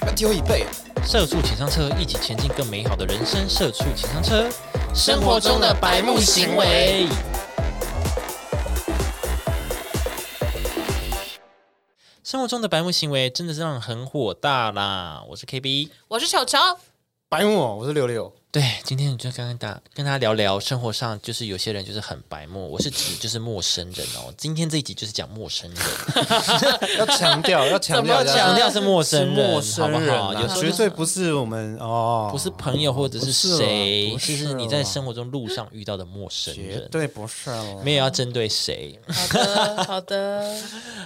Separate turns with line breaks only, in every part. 干提我椅背，
社畜请上车，一起前进更美好的人生。社畜请上车，
生活中的白目行为。
生活中的白目行为真的是让人很火大啦！我是 KB，
我是球球，
白目哦，我是六 六，
对，今天就跟大跟大家聊聊生活上，就是有些人就是很白目，我是指就是陌生人哦。今天这一集就是讲陌生人，
要强调，要强调，
怎么讲
强调是陌生
是
人，
陌生人啊
好不好？有时候
绝对不是我们哦，
不是朋友或者是
是哦
谁，
不
就是是你在
哦
生活中路上遇到的陌生
绝
人，
对不是哦，
没有要针对谁。
好 的，好的，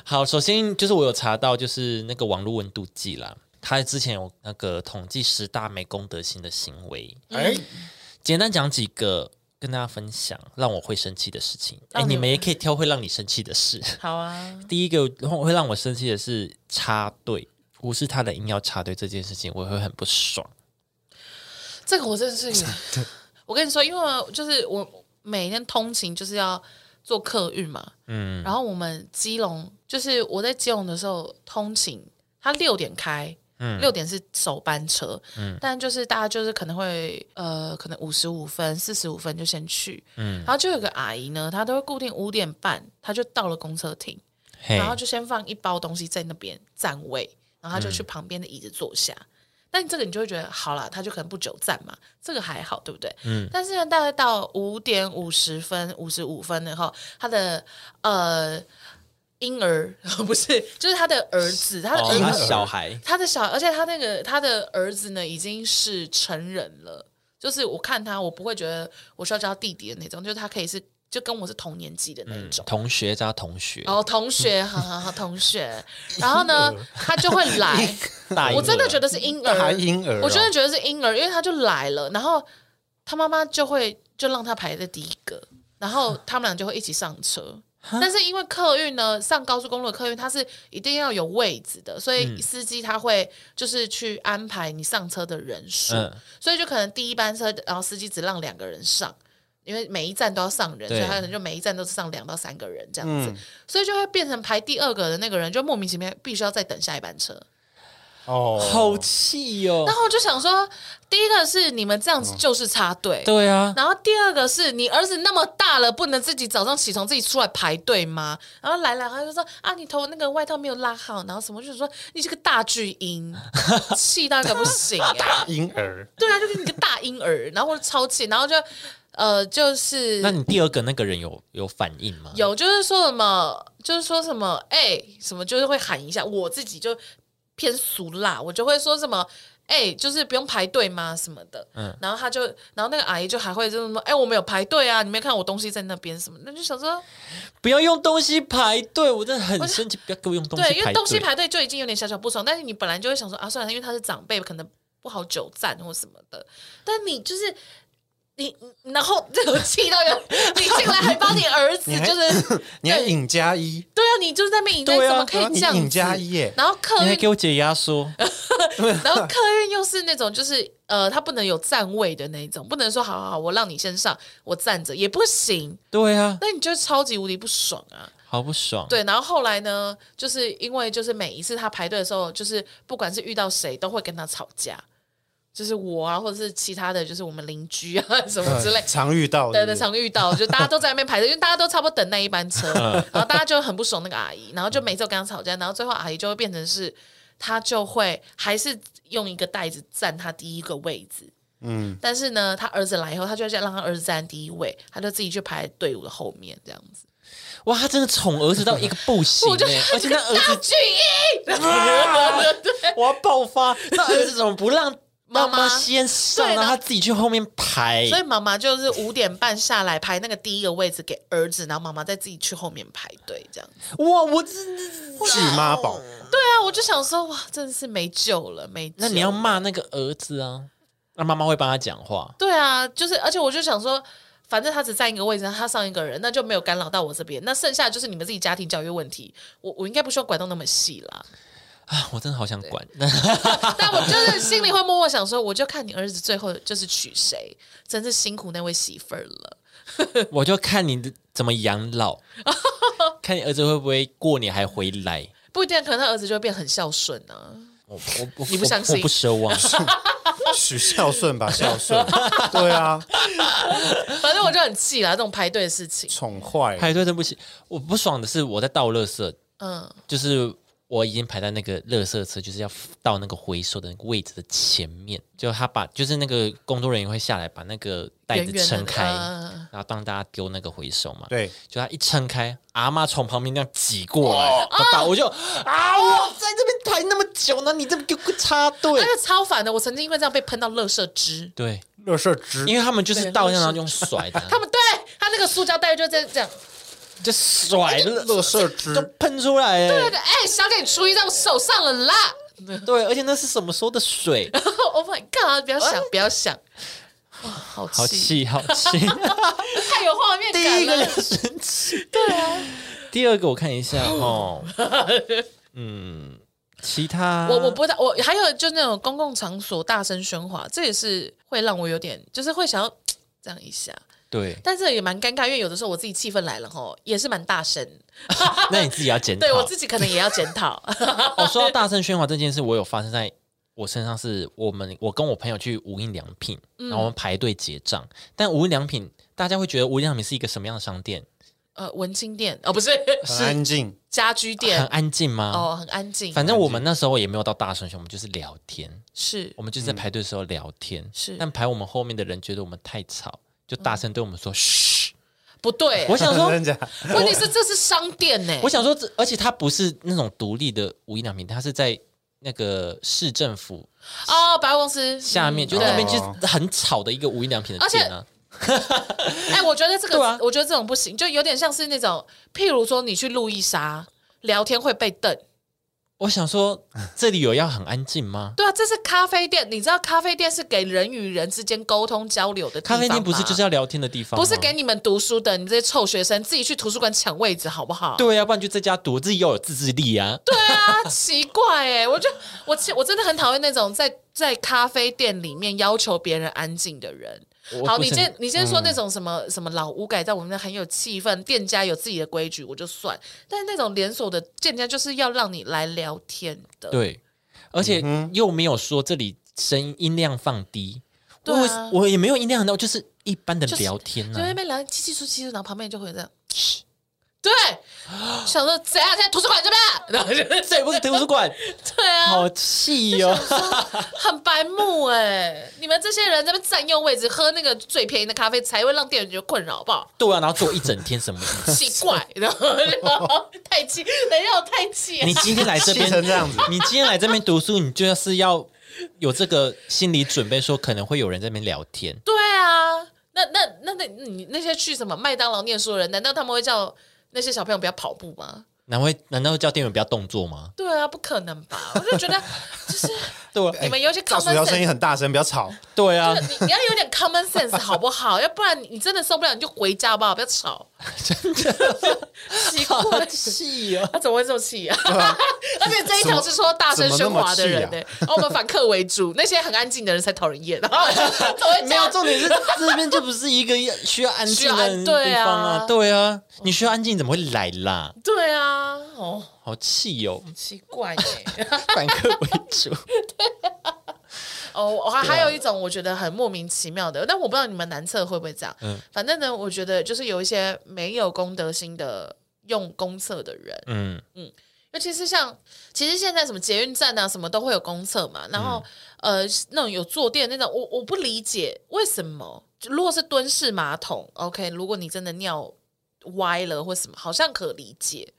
好，首先就是我有查到，就是那个网络温度计啦，它之前有那个统计十大没公德心的行为，
哎，
简单讲几个跟大家分享，让我会生气的事情。哎，
让你
你们也可以挑会让你生气的事。
好啊，
第一个会会让我生气的是插队，不是他的硬要插队这件事情，我会很不爽。
这个我真的是，我跟你说，因为就是我每天通勤就是要坐客运嘛，嗯，然后我们基隆就是我在基隆的时候通勤，它六点开。嗯，六点是首班车，嗯，但就是大家就是可能会呃，可能五十五分、四十五分就先去，嗯，然后就有个阿姨呢，她都会固定五点半，她就到了公车停，
嘿哦
然，后就先放一包东西在那边占位，然后他就去旁边的椅子坐下。但这个你就会觉得好啦，他就可能不久站嘛，这个还好，对不对？嗯。但是呢，大概到五点五十分、五十五分的后，他的呃婴儿 不是，就是他的儿子，他的
哦，
儿
他
子，
小孩
他的小，而且他那个他的儿子呢，已经是成人了。就是我看他，我不会觉得我需要叫他弟弟的那种，就是他可以是就跟我是同年纪的那一种。
嗯同学加同学，
哦，同学，好好好，同学。然后呢，他就会
哎
来。
大
我真的觉
得
得是婴
大
儿，
婴儿哦，
我真的觉得是婴儿，因为他就来了，然后他妈妈就会就让他排在第一个，然后他们俩就会一起上车。但是因为客运呢，上高速公路的客运它是一定要有位置的，所以司机他会就是去安排你上车的人数，
嗯
所以就可能第一班车，然后司机只让两个人上，因为每一站都要上人，
对
所以他可能就每一站都是上两到三个人这样子，所以就会变成排第二个的那个人就莫名其妙必须要再等下一班车。
哦，
好气哦
然。后我就想说，第一个是你们这样子就是插队，
嗯对啊，
然后第二个是你儿子那么大了，不能自己早上起床自己出来排队吗？然后来来，他就说啊，你头那个外套没有拉好，然后什么就是说你这个大巨 婴，气到一个不行、欸，
婴儿，
对啊，就是你个大婴儿，然后我就超气，然后就呃就是
那你第二个那个人有有反应吗？
有就是说什么，就是说什么，哎、什么就是会喊一下，我自己就偏俗辣，我就会说什么。哎、就是不用排队吗？什么的，
嗯
然后他就，然后那个阿姨就还会就是说，哎、我们有排队啊，你没看我东西在那边什么的，那就想说，
不要用东西排队，我真的很生气！不要给我用东西
对，
排
因为东西排队就已经有点小小不爽，但是你本来就会想说啊，算了，因为他是长辈，可能不好久站或什么的。但你就是你，你然后这个气到有你进来还帮你儿子，
你还
就是
你还引加一，
对啊，你就是在那边，你
对啊
怎么可
然后
以
你
这样
引加
子？
一耶，
然后客
你还
运
给我解压缩，
然后客运又是那种，就是呃，他不能有站位的那种，不能说好好好，我让你先上，我站着也不行，
对啊，
那你就超级无敌不爽啊。
好不爽。
对，然后后来呢，就是因为就是每一次他排队的时候，就是不管是遇到谁，都会跟他吵架，就是我啊，或者是其他的就是我们邻居啊什么之类
嗯。常遇到
对
的
对，常遇到，就大家都在那边排 队，因为大家都差不多等那一班车，
嗯
然后大家就很不爽那个阿姨，然后就每次都跟她吵架，然后最后阿姨就会变成是，她就会还是用一个袋子占她第一个位置，嗯，但是呢，她儿子来以后，她就要让她儿子站第一位，她就自己去排队伍的后面这样子，
哇，他真的宠儿子到一个不行
我就
欸，而且那儿
大
子
巨婴，
我要爆 发，那儿子怎么不让妈
妈
妈
妈
先上，
对
让
然
他
后
自己去后面排？
所以妈妈就是五点半下来排那个第一个位置给儿子，然后妈妈再自己去后面排队这样子。
哇，我真的
巨妈宝，
对啊，我就想说，哇，真的是没救了，没救。
那你要骂那个儿子啊，那妈妈会帮他讲话。
对啊，就是，而且我就想说，反正他只占一个位置，他上一个人，那就没有干扰到我这边。那剩下就是你们自己家庭教育问题，我我应该不需要管到那么细啦。
啊，我真的好想管，
但我就是心里会默默想说，我就看你儿子最后就是娶谁，真是辛苦那位媳妇儿了。
我就看你怎么养老，看你儿子会不会过年还回来。
不一定，可能他儿子就会变很孝顺啊。
我我我
你不相信
我不奢 望，
许孝顺吧，孝顺，对啊，
反正我就很气啦，这种排队的事情。
宠坏，
排队对不起。我不爽的是我在倒垃圾，
嗯，
就是我已经排在那个垃圾车，就是要到那个回收的那个位置的前面，就他把就是那个工作人员会下来把那个袋
圆
子
圆
撑
的
开，
啊
然后帮大家丢那个回收嘛。
对，
就他一撑开，阿妈从旁边那样挤过
哦
来，到到我就啊，我在这边排那么久呢，你这边给我插队。
那个超烦的，我曾经因为这样被喷到垃圾汁。
对，
热射值
因为他们就是倒
对
上然后就用甩的啊，
他们对他那个塑胶袋就这样这样，
就甩了，
热射
就
值
喷出来。
对
哎
对，哎、小姐，你厨艺在我手上了啦
对，而且那是什么时候的水？
！Oh my god！不要
哎
想，不要想，哇， 好
好
气，
气，好气！
太有画面
第一
感
个
了。
就生气，对啊。第二个我看一下哦，嗯， 其他
我我不大，我还有就那种公共场所大声喧哗，这也是会让我有点，就是会想要嗯这样一下，
对，
但是也蛮尴尬，因为有的时候我自己气氛来了吼，也是蛮大声，
那你自己要检讨。
对我自己可能也要检 讨。
哦，说到大声喧哗这件事，我有发生在我身上，是我们我跟我朋友去无印良品，
嗯
然后我们排队结账。但无印良品，大家会觉得无印良品是一个什么样的商店？
呃，文青店哦，不是
很安静，
家居
很
店
安静吗？
哦，很安静，
反正我们那时候也没有到大声喧，我们就是聊天，
是
我们就是在排队的时候聊天。
嗯是嗯
但排我们后面的人觉得我们太吵，就大声对我们说：“ 嘘。
不对。
我想说，
真的假的
问题是这是商店呢、
我想说这，而且它不是那种独立的无印良品，它是在那个市政府
哦，百货公司
下面，
嗯
就那边
对
就是很吵的一个无印良品的
而且
店啊。
哎、我觉得这个，
对啊
我觉得这种不行，就有点像是那种，譬如说你去路易莎聊天会被瞪，
我想说，这里有要很安静吗？
对啊，这是咖啡店，你知道咖啡店是给人与人之间沟通交流的地
咖
方
啡店不是
吗
就是要聊天的地方吗？
不是给你们读书的，你这些臭学生自己去图书馆抢位置好不好？
对啊，要不然就在家读，自己要有自制力啊。对，
啊，奇怪哎、我就我其我真的很讨厌那种在在咖啡店里面要求别人安静的人。
我
好，
不嗯
你
是
先
很
你先说那种什么、什么老屋改造，我们那很有气氛，店家有自己的规矩，我就算。但是那种连锁的店家就是要让你来聊天的，
对，而且
嗯
又没有说这里声音音量放低，
对啊
我我也没有音量很大，我就是一般的聊天
就
呢、
在那
啊。
边聊七七出七出，然后旁边就会有这样，
嗯
对，想说怎样？现在图书馆这边，然后就
这也不是图书馆，
对 啊，
好气哦哟、
很白目哎、你们这些人在那边占用位置，喝那个最便宜的咖啡，才会让店员觉得困扰，好不好？
对啊，然后坐一整天什么意思？
奇怪， 然后然后太气，等一下我太气了
你。今天来这边
气成这样子，
你今天来这边读书，你就是要有这个心理准备，说可能会有人在那边聊天。
对啊，那那那那你那些去什么麦当劳念书的人，难道他们会叫那些小朋友不要跑步吗？
难会难道叫店员不要动作吗？
对啊，不可能吧？我就觉 得，就是
对啊，
你们有些
大
common
薯条声音
sense，
很大声，不要吵，
对啊，
你你要有点 common sense 好不好？要不然你真的受不了，你就回家吧，不要 吵。 真的，奇怪，
气啊！
他怎么会这么气啊？ 而且这一条是说大声喧哗的
啊
人呢、哦我们反客为主，那些很安静的人才讨人厌。然后怎么会这
没有，
样？
重点是这边就不是一个需要安
需
静
要
的地
安对啊
方啊，对啊，你需要安静怎么会来啦？
对啊，哦，
好气哦，
奇怪呢、
反客为主。
哦，我还
啊
还有一种我觉得很莫名其妙的，但我不知道你们男厕会不会这样。
嗯
反正呢，我觉得就是有一些没有公德心的用公厕的人，
嗯，
尤其是像，其实现在什么捷运站啊，什么都会有公厕嘛，然后、呃，那种有坐垫那种，我我不理解为什么，就如果是蹲式马桶，OK，如果你真的尿歪了或什么，好像可理解，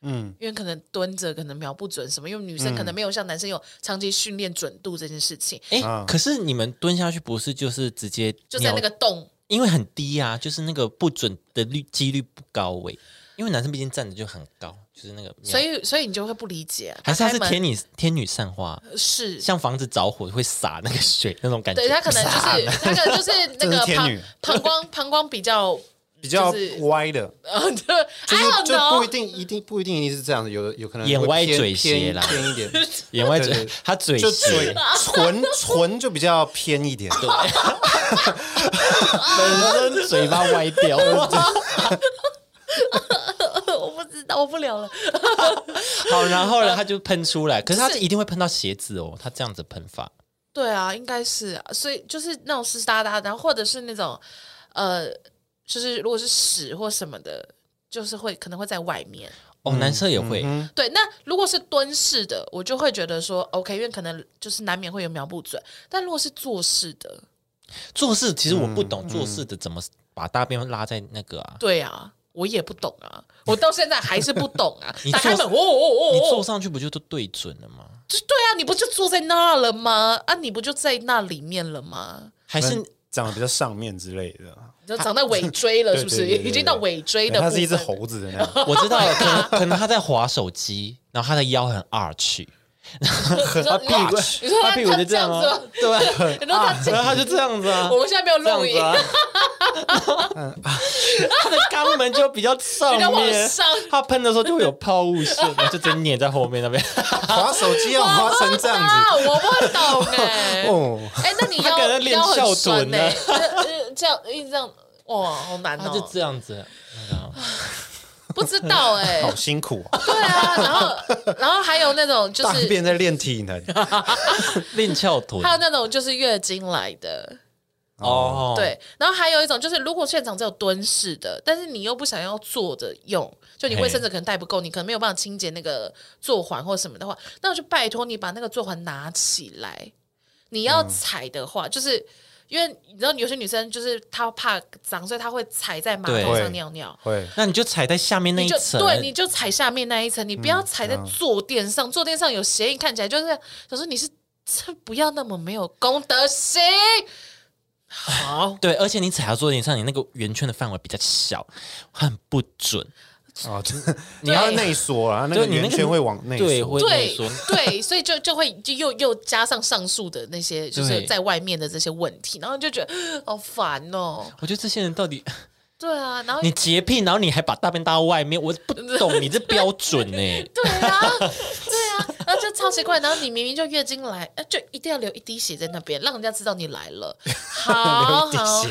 嗯，
因为可能蹲着可能瞄不准什么，因为女生可能没有像男生有长期训练准度这件事情，
哎、
啊
可是你们蹲下去不是就是直接
就在那个
尿，
洞。
因为很低啊，就是那个不准的率几率不高喂、因为男生毕竟站的就很高，就是那个尿，
所以，所以你就会不理解、啊，
还是他是
打开
天
门
女天女散花，
是
像房子着火会洒那个水那种感觉。
对他可能就是他可能就是那
这
个
是天
膀
女
膀胱膀胱比较，
比较
就是
歪的，
呃，对，I
就
don't
就不
know，
一定一定不一定一定是这样的，有的有可能
眼
会
歪
偏
嘴斜
偏
啦
偏一 点，
眼歪
对
嘴
对，
他嘴
就
斜
嘴。唇唇就比较偏一点，对，
本身嘴巴歪掉，
我不知道，熬不了了。
好，然后呢，它就喷出来，可是它是一定会喷到鞋子哦，它这样子喷法，
对啊，应该是啊，所以就是那种湿哒哒，然后或者是那种，呃，就是如果是屎或什么的，就是会可能会在外面。
哦，
嗯
男生也会，
对，那如果是蹲式的，我就会觉得说 OK，因为可能就是难免会有瞄不准。但如果是坐式的，
做事其实我不懂做事的怎么把大便拉在那个啊，
对啊，我也不懂啊，我到现在还是不 懂啊
你。
打开
坐
门，哦哦哦，
你
哦
坐上去不就都对准了吗？
就对啊，你不就坐在那了吗？啊，你不就在那里面了吗？
还
可能
是
长得比较上面之类的。
你就长在尾椎 了，
对
是不是？
对对对对
已经到尾椎的
它
部
是一只
分。
猴子的那样，
我知道了，可能 可能他在划手机，然后他的腰很 arch，
你说
他屁股
你说，他
他屁股就
这
这样
子吗
哦，？对吧？
你说他这
然后他就这样子啊，
我们现在没有
这样
录
子
影，
啊， 他的肛门就比较上
比较往
面
上，
他喷的时候就会有抛物线，然后就直接粘在后面 那边。
滑手机要滑成这样子
啊，我 不懂哎、
哦。
哎、那你
他可
腰
能练
腰很
翘
酸
臀
呢、
呢
欸？这样一直这样，哇，好难
他就
哦！
这样子，那个啊
不知 道哎、
好辛苦啊！
对啊，然后然后还有那种就
大
是
便在练体能，
练翘臀
还有那种就是月经来的，
哦，，
对，然后还有一种就是如果现场只有蹲式的，但是你又不想要坐着用，就你卫生纸可能带不够，你可能没有办法清洁那个坐环或什么的话，那我就拜托你把那个坐环拿起来。你要
嗯
踩的话，就是因为你知道有些女生就是她怕脏，所以她会踩在马桶
对
上尿尿。
会
那你就踩在下面那
你
一
就
层，嗯
对，你就踩下面那一层，你不要踩在坐垫上，坐垫上有鞋印，看起来就是想说你是这不要那么没有公德心。好，
对，而且你踩到坐垫上，你那个圆圈的范围比较小，很不准，
哦， 真
对
你要内缩啊，那
就
个
你那
圆
个
圈会往内
对，
缩
会内
对
缩。
对，所以就就会就又又加上上述的那些，就是
对
在外面的这些问题，然后就觉得好烦哦。
我觉得这些人到底
对啊，然后
你洁癖，然后你还把大便搭到外面，我不懂你这标准呢。
对啊，对啊，然后就超奇怪，然后你明明就月经来，呃就一定要留一滴血在那边，让人家知道你来 了。好
留一滴
好
血，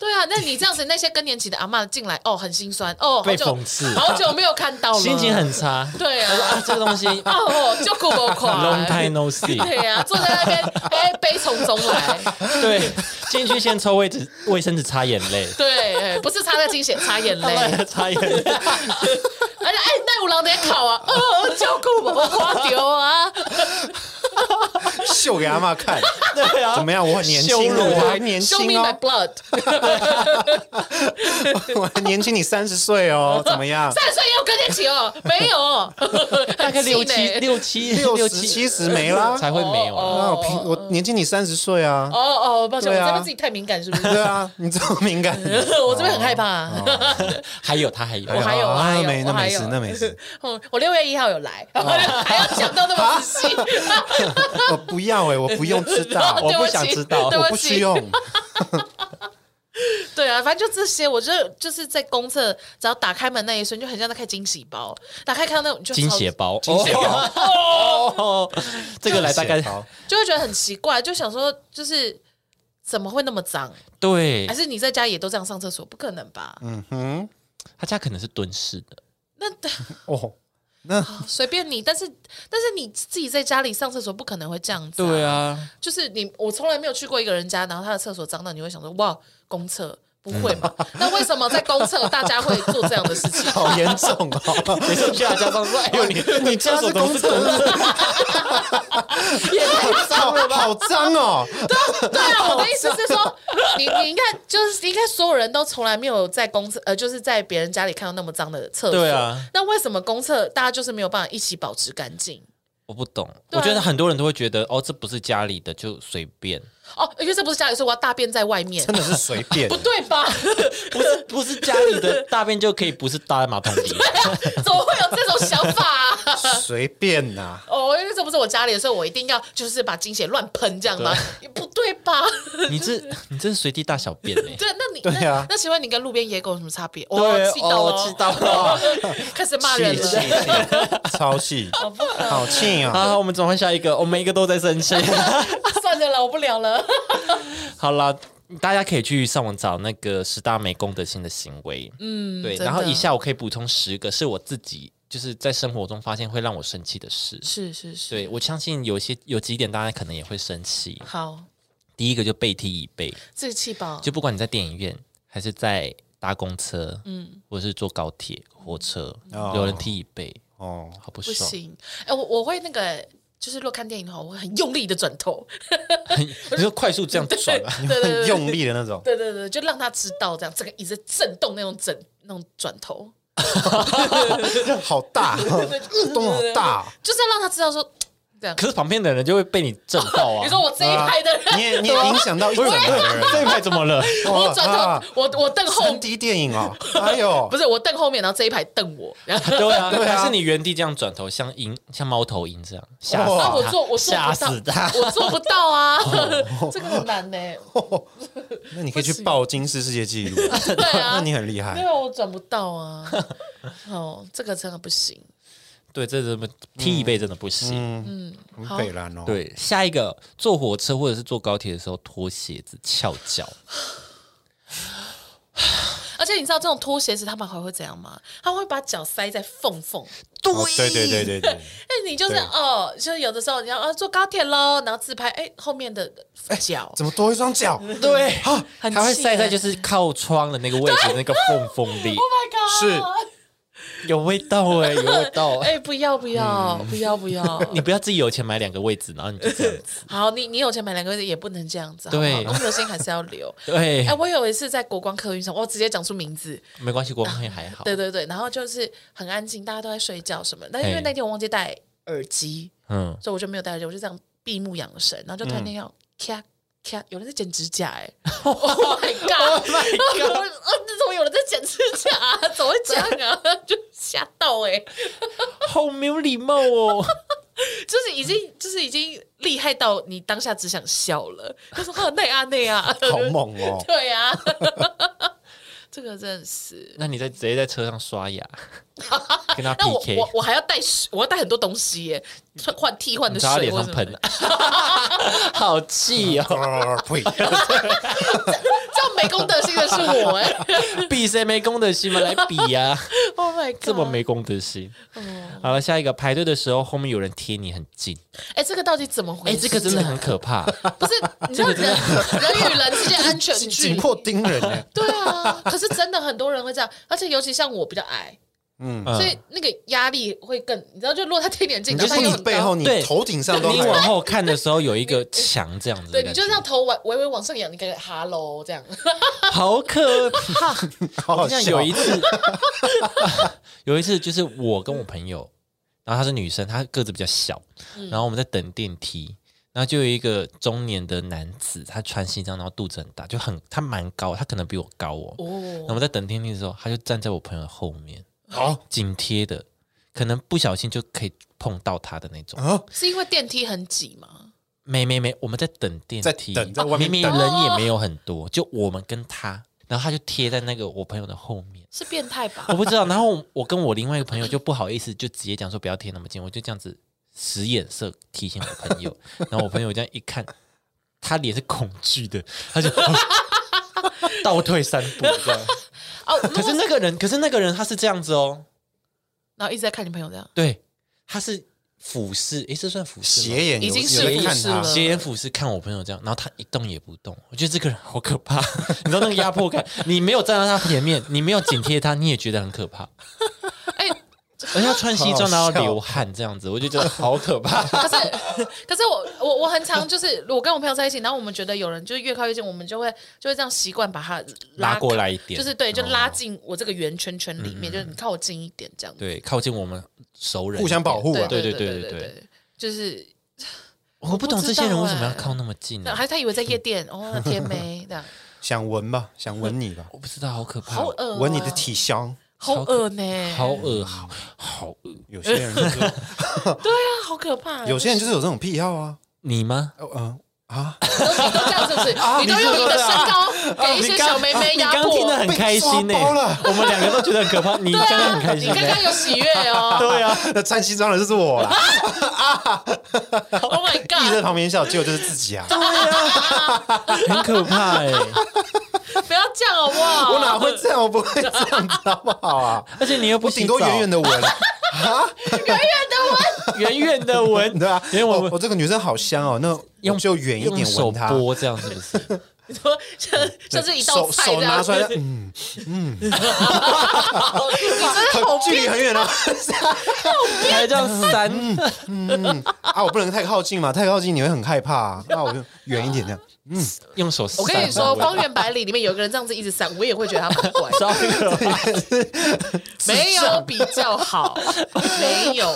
对啊，那你这样子，那些更年期的阿嬷进来，哦，很心酸，哦，好
被
久
讽刺
好久没有看到了，
心情很差。
对啊
他说啊，这个 东西
哦，就 顾不垮
long time no see，
对啊，坐在那边，哎，悲从中来，
对，进去先抽卫纸卫生纸擦眼泪，
对，哎不是擦在经血，擦眼 泪，
擦眼泪，
而且哎，那有人在考啊，哦，就顾不垮丢啊，
秀给阿妈 看，
对啊，
怎么样？我很年轻
羞辱
了，
啊
我还年
show me
轻
my
哦，
blood，
我还年轻你三十岁哦，怎么样？
三岁也有更年期哦，没有哦，
大
大
概 六七六七
六十
七
七十没啦，
才会没有
哦
啊。
那我平我年轻你三十岁啊，
嗯哦哦，抱歉，我
对啊
这边自己太敏感，是不是？
对啊，你这么敏感，
我这边很害怕。
还有他还有，
我还有，我
啊
还有，
那没那
我还
没事
有
那没 事。
嗯，我六月一号有来，
哦
还要讲到那么仔细， ，
我不要哎，我不用知道
对
我不
起
想知道
对
我
不
不
起
需。用。
对啊，反正就这些，我觉得就是在公厕，只要打开门那一瞬，就很像在开惊喜包，打开看到那 种你就
惊
超
血包，
惊血包
哦， 这个来大概
写好
就会觉得很奇怪，就想说就是怎么会那么脏？
对
还，是你在家也都这样上厕所？不可能吧？
嗯哼，
他家可能是蹲式的，
那
哦，
随便你，但是但是你自己在家里上厕所不可能会这样子、
对
啊，
啊，
就是你我从来没有去过一个人家，然后他的厕所脏到你会想说哇公厕。不会 嘛？那为什么在公厕大家会做这样的事情？
好严重哦。
每次去他 家上说，哎呦你
你家是公厕，
也太
好好脏 哦！
对啊！我的意思是说，你你应该就是应该所有人都从来没有在公厕呃，就是在别人家里看到那么脏的厕所。
对啊，
那为什么公厕大家就是没有办法一起保持干净？
我不懂，
对
我
啊
觉得很多人都会觉得哦，这不是家里的就随便，
哦，因为这不是家里，所以我要大便在外面
真，的是随便
不，对吧？
不是 不是家里 的大便就可以不是搭在马桶里，
怎么会有这种想法、啊？
随便呐。
哦，因为这不是我家里的，所以我一定要就是把精血乱喷这样吗？也不对吧？
你这你这是随地大小便欸呢？
对，那你
对啊
那那请问你跟路边野狗有什么差别？
对
哦，气到
哦
了，
气到了，
开始骂人
气气
了。
气，超气，
哦
好气啊！
好，我们转换下一个，我们一个都在生 气。
算了啦，我不聊 了。
好了，大家可以去上网找那个十大没公德心的行为。嗯，对。
真的
然后以下我可以补充十个是我自己就是在生活中发现会让我生气的事。
是是是，
对，我相信有些有几点大家可能也会生气。
好，
第一个就被踢椅背，
这个气爆，
就不管你在电影院还是在搭公车，
嗯，
或者是坐高铁、火车，
哦
有人踢椅背，
哦，
好不
不
爽。
行。哎、我我会那个，就是如果看电影的话，我会很用力的转头，
你就快速这样转 啊，
对对对
很用力的那种，
对对对，就让他知道这样，整个椅子震动那种整那种转头，
好大，动好大哦。
就是要让他知道说这样。
可是旁边的人就会被你震到啊。
你说我这一排的人，
啊你也你也影响到一整 个人。
这一派怎么了？
我转头，
啊
我我瞪后
三 D 电影哦，哎呦
不，是我瞪后面，然后这一排瞪我， 然后
对啊，
对啊
还是你原地这样转头，像鹰，像猫头鹰这样吓死
哇
啊
他
我做我做
吓
不到
死他。
我做不到啊，
哦
这个很难呢、
那你可以去报金氏世界纪录，
对啊
那你很厉
因
害。
为我转不到啊。哦，这个真的不行。
对，这怎么
嗯
踢椅背真的不行。
嗯，很北蓝哦。，
对，下一个坐火车或者是坐高铁的时候脱鞋子翘 脚，
而且你知道这种拖鞋子他们还会怎样吗？他会把脚塞在缝缝。
哦对对对对对，
那你就是
对
哦，就是有的时候你要啊坐高铁喽，然后自拍，哎，后面的脚
怎么多一双脚？
对，
啊，
很
它会
气
晒在
耶
就是靠窗的那个位置那个缝缝里，
，Oh my god！
有味道 哎，有味道哎。
哎，不要不要
嗯
不要 不要！
你不要自己有钱买两个位置，然后你就这样 子。
好，你你有钱买两个也不能这样子，好不好
对
公德心还是要留。
对
哎，，我有一次在国光客运上，我直接讲出名字，
没关系，国光会还好。
对对对，然后就是很安静，大家都在睡觉什么，但因为
嘿
那天我忘记戴耳机，
嗯，
所以我就没有戴耳机，我就这样闭目养神，然后就突然间要咔咔，有人在剪指甲哎、o h my god！我说呃，怎么有人在剪指甲、啊？ 怎么会这样啊？ 就吓到哎、
好没有礼貌哦。
就是已经就是已经厉害到你当下只想笑了，他说哦那啊那啊，！
好猛哦
对啊，这个真的是。
那你在直接在车上刷 牙，跟他
那我
PK，
我我还要带水，我要带很多东西耶，换换替换
你
的
朝他
水
脸
或
上
什么的
喷，啊 好气哦！
呸！
这样没公德心的是我哎、
比谁没公德心吗？来比 呀、
Oh my god！
这么没公德心。
啊哦
好了，下一个排队的时候，后面有人贴你很近，
哎、这个到底怎么回
哎、这
事？
个真的很可怕。
不是，你知道人人与人之间安全
紧
距
紧
离，
迫盯人呢。
对啊。可是真的很多人会这样，而且尤其像我比较矮，
嗯，
嗯
所以那个压力会更，你知道，就如果他贴脸近，
你
然
就是
后他又
你
很
背
高
后，你
对
头顶上都
你
还
往后看的时候有一个墙这样子的
对
感
你
觉，
就这样头往微微往上仰，你感觉 hello 这样，
好可怕。
好好
好像
哦笑。
有一次， 有一次就是我跟我朋友，然后她是女生，她个子比较小，
嗯
然后我们在等电梯，然后就有一个中年的男子，他穿西装，然后肚子很大，就很他蛮高，他可能比我高哦。然后我
哦，
们在等电梯的时候，他就站在我朋友的后面，
好
紧贴的，可能不小心就可以碰到他的那种。
啊，
是因为电梯很挤吗？
没没没，我们在等电
在
梯，
等在外面
明明
等
人也没有很多，就我们跟他，然后他就贴在那个我朋友的后面。
是变态吧
我？不知道。然后我跟我另外一个朋友就不好意思，就直接讲说不要贴那么近，我就这样子使眼色提醒我朋友。然后我朋友这样一看，他脸是恐惧的，他就、倒退三步这样。
哦，
可是那个人，可是那个人他是这样子哦，
然后一直在看你朋友这样，
对，他是俯视，诶，这算俯视吗啊
斜眼有
已经是
有人
俯
看
视
他
了，
斜眼俯视看我朋友这样，然后他一动也不动，我觉得这个人好可怕， 你知道那个压迫感，你没有站在他前面，你没有紧贴他，你也觉得很可怕。
哎、
而且他穿西装然
好好
后
笑
流汗这样子，我就觉得好可怕。
可是， 可是我我我很常就是我跟我朋友在一起，然后我们觉得有人就是越靠越近，我们就会就会这样习惯把他
拉过来一
开
点
就是对，就拉进我这个圆圈圈里面，就是你靠我近一点这样子。
对，靠近我们熟人，
互相保。护啊。
对
对
对对
对
对
对，就是
我不懂
我不
这
知道
些人为什么要靠那么近呢、
还是他以为在夜店哦，甜梅这样，
想闻吧，想闻你 吧，
我不知道，好可怕，
好恶，啊
闻你的，体香。
好恶呢，
好恶，好好恶。
有些 人就是，
那好可怕。
有些人就是有这种癖好啊。
你吗？
哦嗯啊，
你都你都这样是不是？你都用你的身高给一些小妹妹
啊你
压
刚刚听得
迫，
很开心
被
呢、
抓包了
我们两个都觉得很可怕。你刚刚很开
你
心、
刚
呢。
刚有喜悦 哦
对啊，
那穿西装的就是我 啦，
，Oh my
一直在
god！
旁边笑，结果就是自己啊。
很可怕哎、
不要这样好不好？
我哪会这样？我不会这样子，好不好啊？
而且你又不
我
洗
顶
澡
多远远的闻，
远远的闻，
对啊，
因为我
哦我这个女生好香哦，那用
用
就远一
用
点
手
闻她，
拨这样是不是？
你说像像是一道
手
菜
手
这样
拿出来，
子，
嗯，
你真的好
很距离很远了
还这样扇，
啊！我不能太靠近嘛，太靠近你会很害怕啊，那我就远一点这样。
用手扇。
我跟你说，《方圆百里》里面有一个人这样子一直闪，我也会觉得他很怪。
糟了
没有比较好，没有。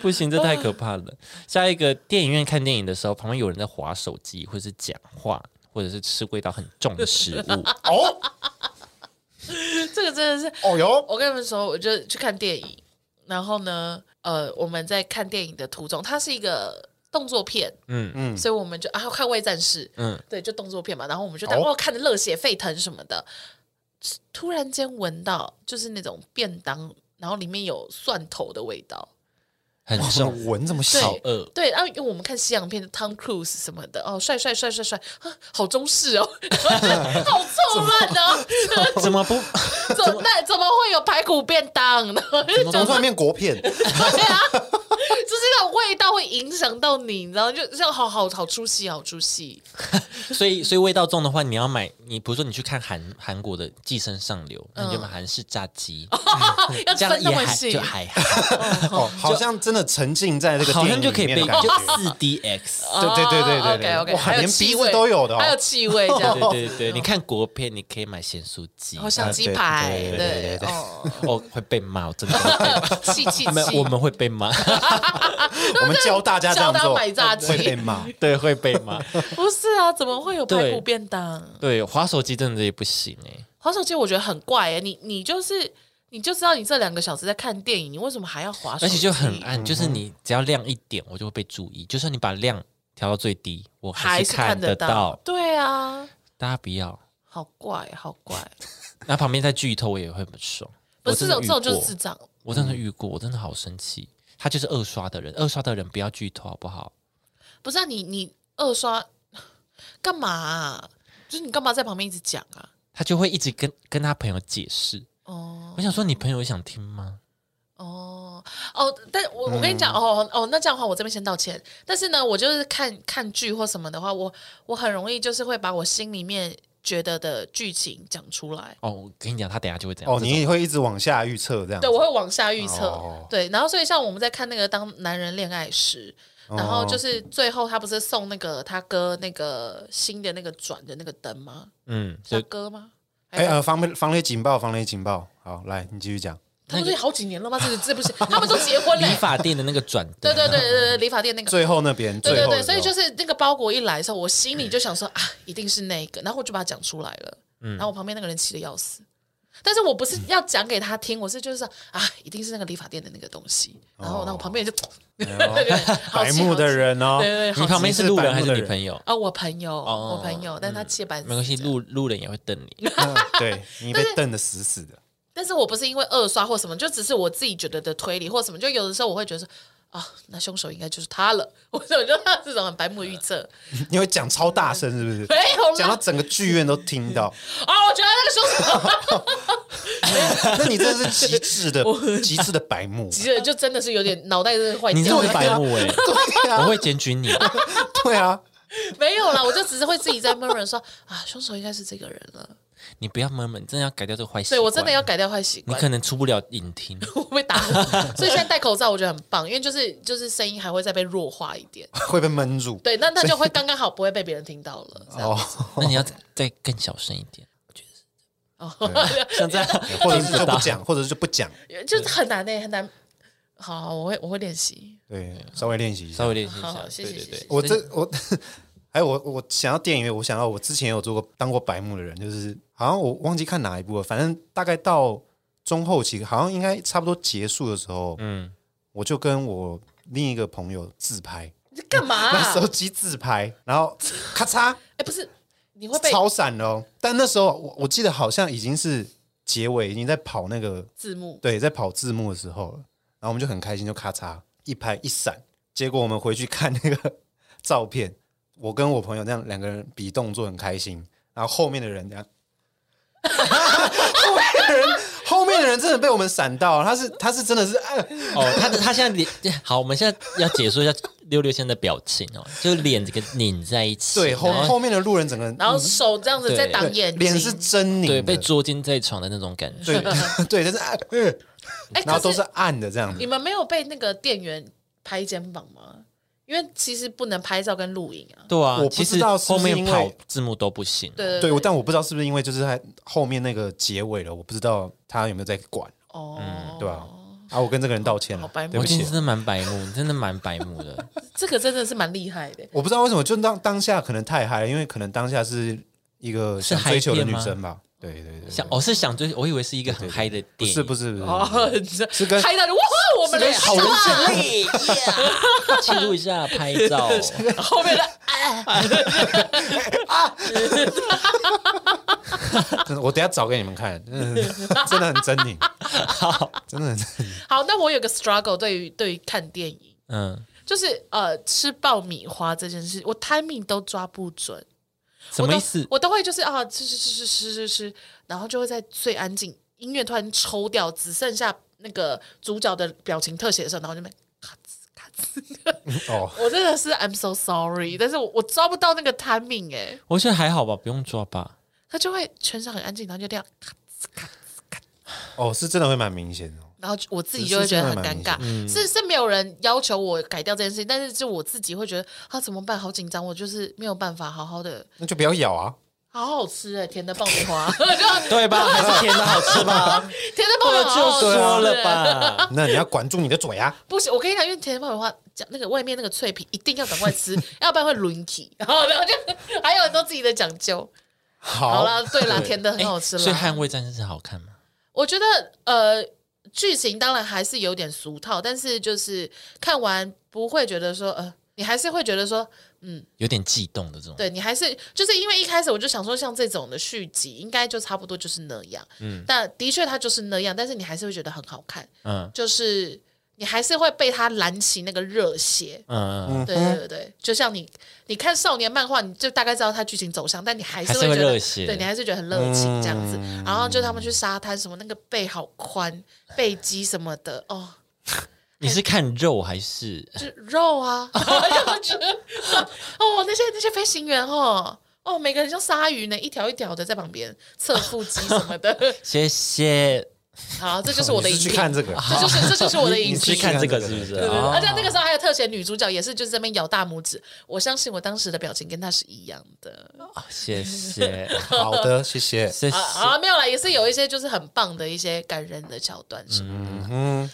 不行，这太可怕了。下一个，电影院看电影的时候，旁边有人在划手机，或者是讲话，或者是吃味道很重的食物。
哦
这个真的是，
哦哟，
我跟你们说，我就去看电影，然后呢，呃，我们在看电影的途中，它是一个动作片，
嗯嗯，
所以我们就啊看《卫战士》，嗯
嗯，
对，就动作片嘛，然后我们就在
哦
哦看的热血沸腾什么的，突然间闻到就是那种便当，然后里面有蒜头的味道。
很
怎
重，
么闻这么小
好？饿。
对，然、后因为我们看西洋片，Tom Cruise 什么的，哦，帅帅帅帅帅，啊好中式哦， 好臭烂哦，
怎么不？
怎么那怎么会有排骨便当 呢？对
怎么突然变国片？
啊，就是那种味道会影响到你，你知道，就这样好好好出戏，好出戏。
所以所以味道重的话，你要买，你比如说你去看韩韩国的《寄生上流》，那你就买韩式炸鸡，
要
这样
分那
也
么
还
细
就，还好，
哦，好像真的沉浸在这个
好
电
像
影
就可以
里面
被
的感
就
觉。
四 DX。
对对对对对对
OK OK，
哇
哦还有
连
气
鼻
味
子都有的哦
还有气味这样哦
对。对对，你看国片，你可以买咸酥鸡，
好像
啊
鸡
对
排，
对对对对对
哦，
哦会被骂，我真的会被骂
气 气
没有，我
气，
们会被骂，
我们教大家这样
教大
做
家买炸鸡
会被骂。
对，会被骂。
不是啊，怎么会有排
对
骨便当？
对，滑手机真的也不行哎、
滑手机我觉得很怪哎、你你就是你就知道你这两个小时在看电影，你为什么还要滑手机？嗯
而且就很暗，就是你只要亮一点，我就会被注意。就算你把亮调到最低，我
还
是
是看
得
到，对啊，
大家不要，
好怪，好怪，
那旁边在剧透，我也会很爽。
不
我
是
真
这
的
种
遇
这种就是
过
智障，
我真的遇过，我真的好生气。他就是二刷的人，二刷的人不要剧透好不好？
不是啊，你你二刷 干嘛、啊？就是你干嘛在旁边一直讲啊？
他就会一直跟跟他朋友解释。
哦
我想说，你朋友想听吗？
哦哦，但我我
嗯
跟你讲、哦哦，那这样的话我这边先道歉。但是呢，我就是看看剧或什么的话，我我很容易就是会把我心里面觉得的剧情讲出来。
哦，我跟你讲，他等下就会这样。
哦，
这
你
种
也会一直往下预测这样子。
对，我会往下预测。
哦
对，然后所以像我们在看那个《当男人恋爱时》，然后就是最后他不是送那个他哥那个新的那个转的那个灯吗？
嗯，
他
就
哥吗？还
哎
有
呃，防雷防雷警报，防雷警报。好，来你继续讲。
他们不是好几年了吗？这个这不是他们都结婚 了
理。发店的那个转灯
对对对对对，理发店那个。
最后那嗯边，
对
最
对
后
对，
的
所以
时
就
候
是那个包裹一来的时候，我心里就想说啊，一定是那个，然后我就把它讲出来了。
嗯
然后我旁边那个人气得要死，但是我不是要讲给他听，我是就是说啊，一定是那个理发店的那个东西。然后，然后我旁边就 白
哦白目的人哦
对，对，
你
好
旁
气
边是路人还是你朋友？
啊，我朋友，我朋友，但他气得半死。
没关系，路路人也会瞪你。
嗯对你被瞪得死死的。
但是我不是因为二刷或什么，就只是我自己觉得的推理或什么。就有的时候我会觉得说，啊，那凶手应该就是他了。 我就我就这种很白目的预测，
你会讲超大声是不是？
没有
讲到
啦。
整个剧院都听到，
啊，我觉得那个凶手
那你真的是极致的、极致的白目。啊
其实就真的是有点脑袋真的坏
你这
掉
样是
了。
白目哎、
对
我
啊，
会检举你。
对啊，
没有啦，我就只是会自己在闷人说啊，凶手应该是这个人 了。
你不要闷闷，真的要改掉这个坏习
所
惯。
以我真的要，改掉坏习
你
惯。
可能出不了影厅。
我被打，所以现在戴口罩我觉得很棒，因为就是就是声音还会再被弱化一 点。
会被闷住。
对，那那就会刚刚好不会被别人听 到了。这样
哦，
那你要再更小声一点，
哦
哦
像这样，或者是就不讲，或者是就不讲。
就是很难欸呢、很难。好好，我会我会练习。
对，稍微练习一下
稍。微练习一
好
下
好。谢谢
对对
谢谢
对，
我这我，还有我我想要电影院，我想到我之前有做过当过白目的人，就是好像我忘记看哪一部了，反正大概到中后期，好像应该差不多结束的时候，
嗯，
我就跟我另一个朋友自拍，
你在干嘛、
拿
啊？
手机自拍，然后咔嚓
哎、不是，你会被
超闪了哦。但那时候我我记得好像已经是结尾，已经在跑那个
字幕
对，在跑字幕的时候了，然后我们就很开心，就咔嚓一拍一闪，结果我们回去看那个 照片，我跟我朋友这样两个人比动 作很开心，然后后面的人这样，后面的人后面个人真的被我们闪到，他是他是真的是，哎
哦，他的他现在脸好，我们现在要解说一下六六现在的表情哦，就是脸这个拧在一起，
对后
然后
后面的路人整个人
然后手这样子在
嗯对
挡眼睛，
脸是狰狞的，
对被捉奸在床的那种感觉，
对对，但是哎嗯
哎，
然后
可
都是暗的这样子
你，们没有被那个店员拍肩膀吗？因为其实不能拍照跟录影啊。
对啊，
我不
其
知
实
道是
后
不是
面
因为
跑字幕都不行，
对
对，
对
我但我不知道是不是因为就是还后面那个结尾了，我不知道他有没有在管，
哦，
对吧？啊，我跟这个人道歉
好
了
白，目
对
我
不
今
起
天。真的蛮白目，你真的蛮白目的。
这个真的是蛮厉害的。
我不知道为什么，就当当下可能太嗨了，因为可能当下是一个
是
想追求的
嗨片
女
吗
生吧。对对对，
想，我、哦是想追，我以为是一个很嗨的电影，
不是不是不是，
哦，
是跟
拍到就哇，我们的
跟好人
对呀 记录一下拍 照，
后面的哎，
真的我等一下找给你们看，嗯真的很狰狞，真的很狰狞。
好，那我有个 struggle 对于对于看电影，
嗯，
就是呃吃爆米花这件事，我 timing 都抓不准。
什么意思？
我都我都会就是啊，吃吃吃吃吃吃吃，然后就会在最安静，音乐突然抽掉，只剩下那个主角的表情特写的时候，然后就被咔呲咔呲。
哦，
我真的是 I'm so sorry，但是我我抓不到那个 timing 哎、
我觉得还好吧，不用抓吧。
他就会全场很安静，然后就这样咔呲咔呲，
哦，是真的会蛮明显的哦。
然后我自己就会觉得很尴尬。
嗯
是是没有人要求我改掉这件事情，但是就我自己会觉得啊怎么办？好紧张，我就是没有办法好好的。
那就不要咬啊！
好好吃哎、甜的爆 米花，就
对吧？还是甜的好吃 吧？
甜的爆米
我
花
就
好好吃欸啊
说了吧，
那你要管住你的嘴啊！
不行，我跟你讲，因为甜的爆米花，讲那个外面那个脆皮一定要赶 快吃，要不然会轮体。然后，然后就还有很多自己的讲究。好
好，
啦，对啦，甜的很好吃
诶哎所以《
啦。
捍卫战士》好看吗？
我觉得呃，剧情当然还是有点俗套，但是就是看完不会觉得说呃。你还是会觉得说，
有点悸动的这种。
对你还是就是因为一开始我就想说，像这种的续集应该就差不多就是那样，嗯，但的确它就是那样，但是你还是会觉得很好看，
嗯
就是你还是会被它燃起那个热血，
嗯嗯，
嗯
对对对对，就像你你看少年漫画，你就大概知道它剧情走向，但你还是
还是
会
会
觉得
热血
对你还是觉得很热情这样子。然后就他们去沙滩什么，那个背好宽，背肌什么的，哦，
你是看肉还是？。
就肉啊， 就觉得哦，那些那些飞行员哦。哦，每个人像鲨鱼呢，一条一条的在旁边侧腹肌什么的
谢谢。
好，这就是我的
哦你
影
是去
片，
看这个，
这就是这就是我的影
你
去
是
片。
看这个是不是？
对对对
哦
而且那个时候还有特写女主角，也是就是这边咬大拇指。我相信我当时的表情跟她是一样的。
哦谢谢
好的，谢谢。
谢谢
啊。 啊，没有啦，也是有一些就是很棒的一些感人的桥段什么的。
嗯，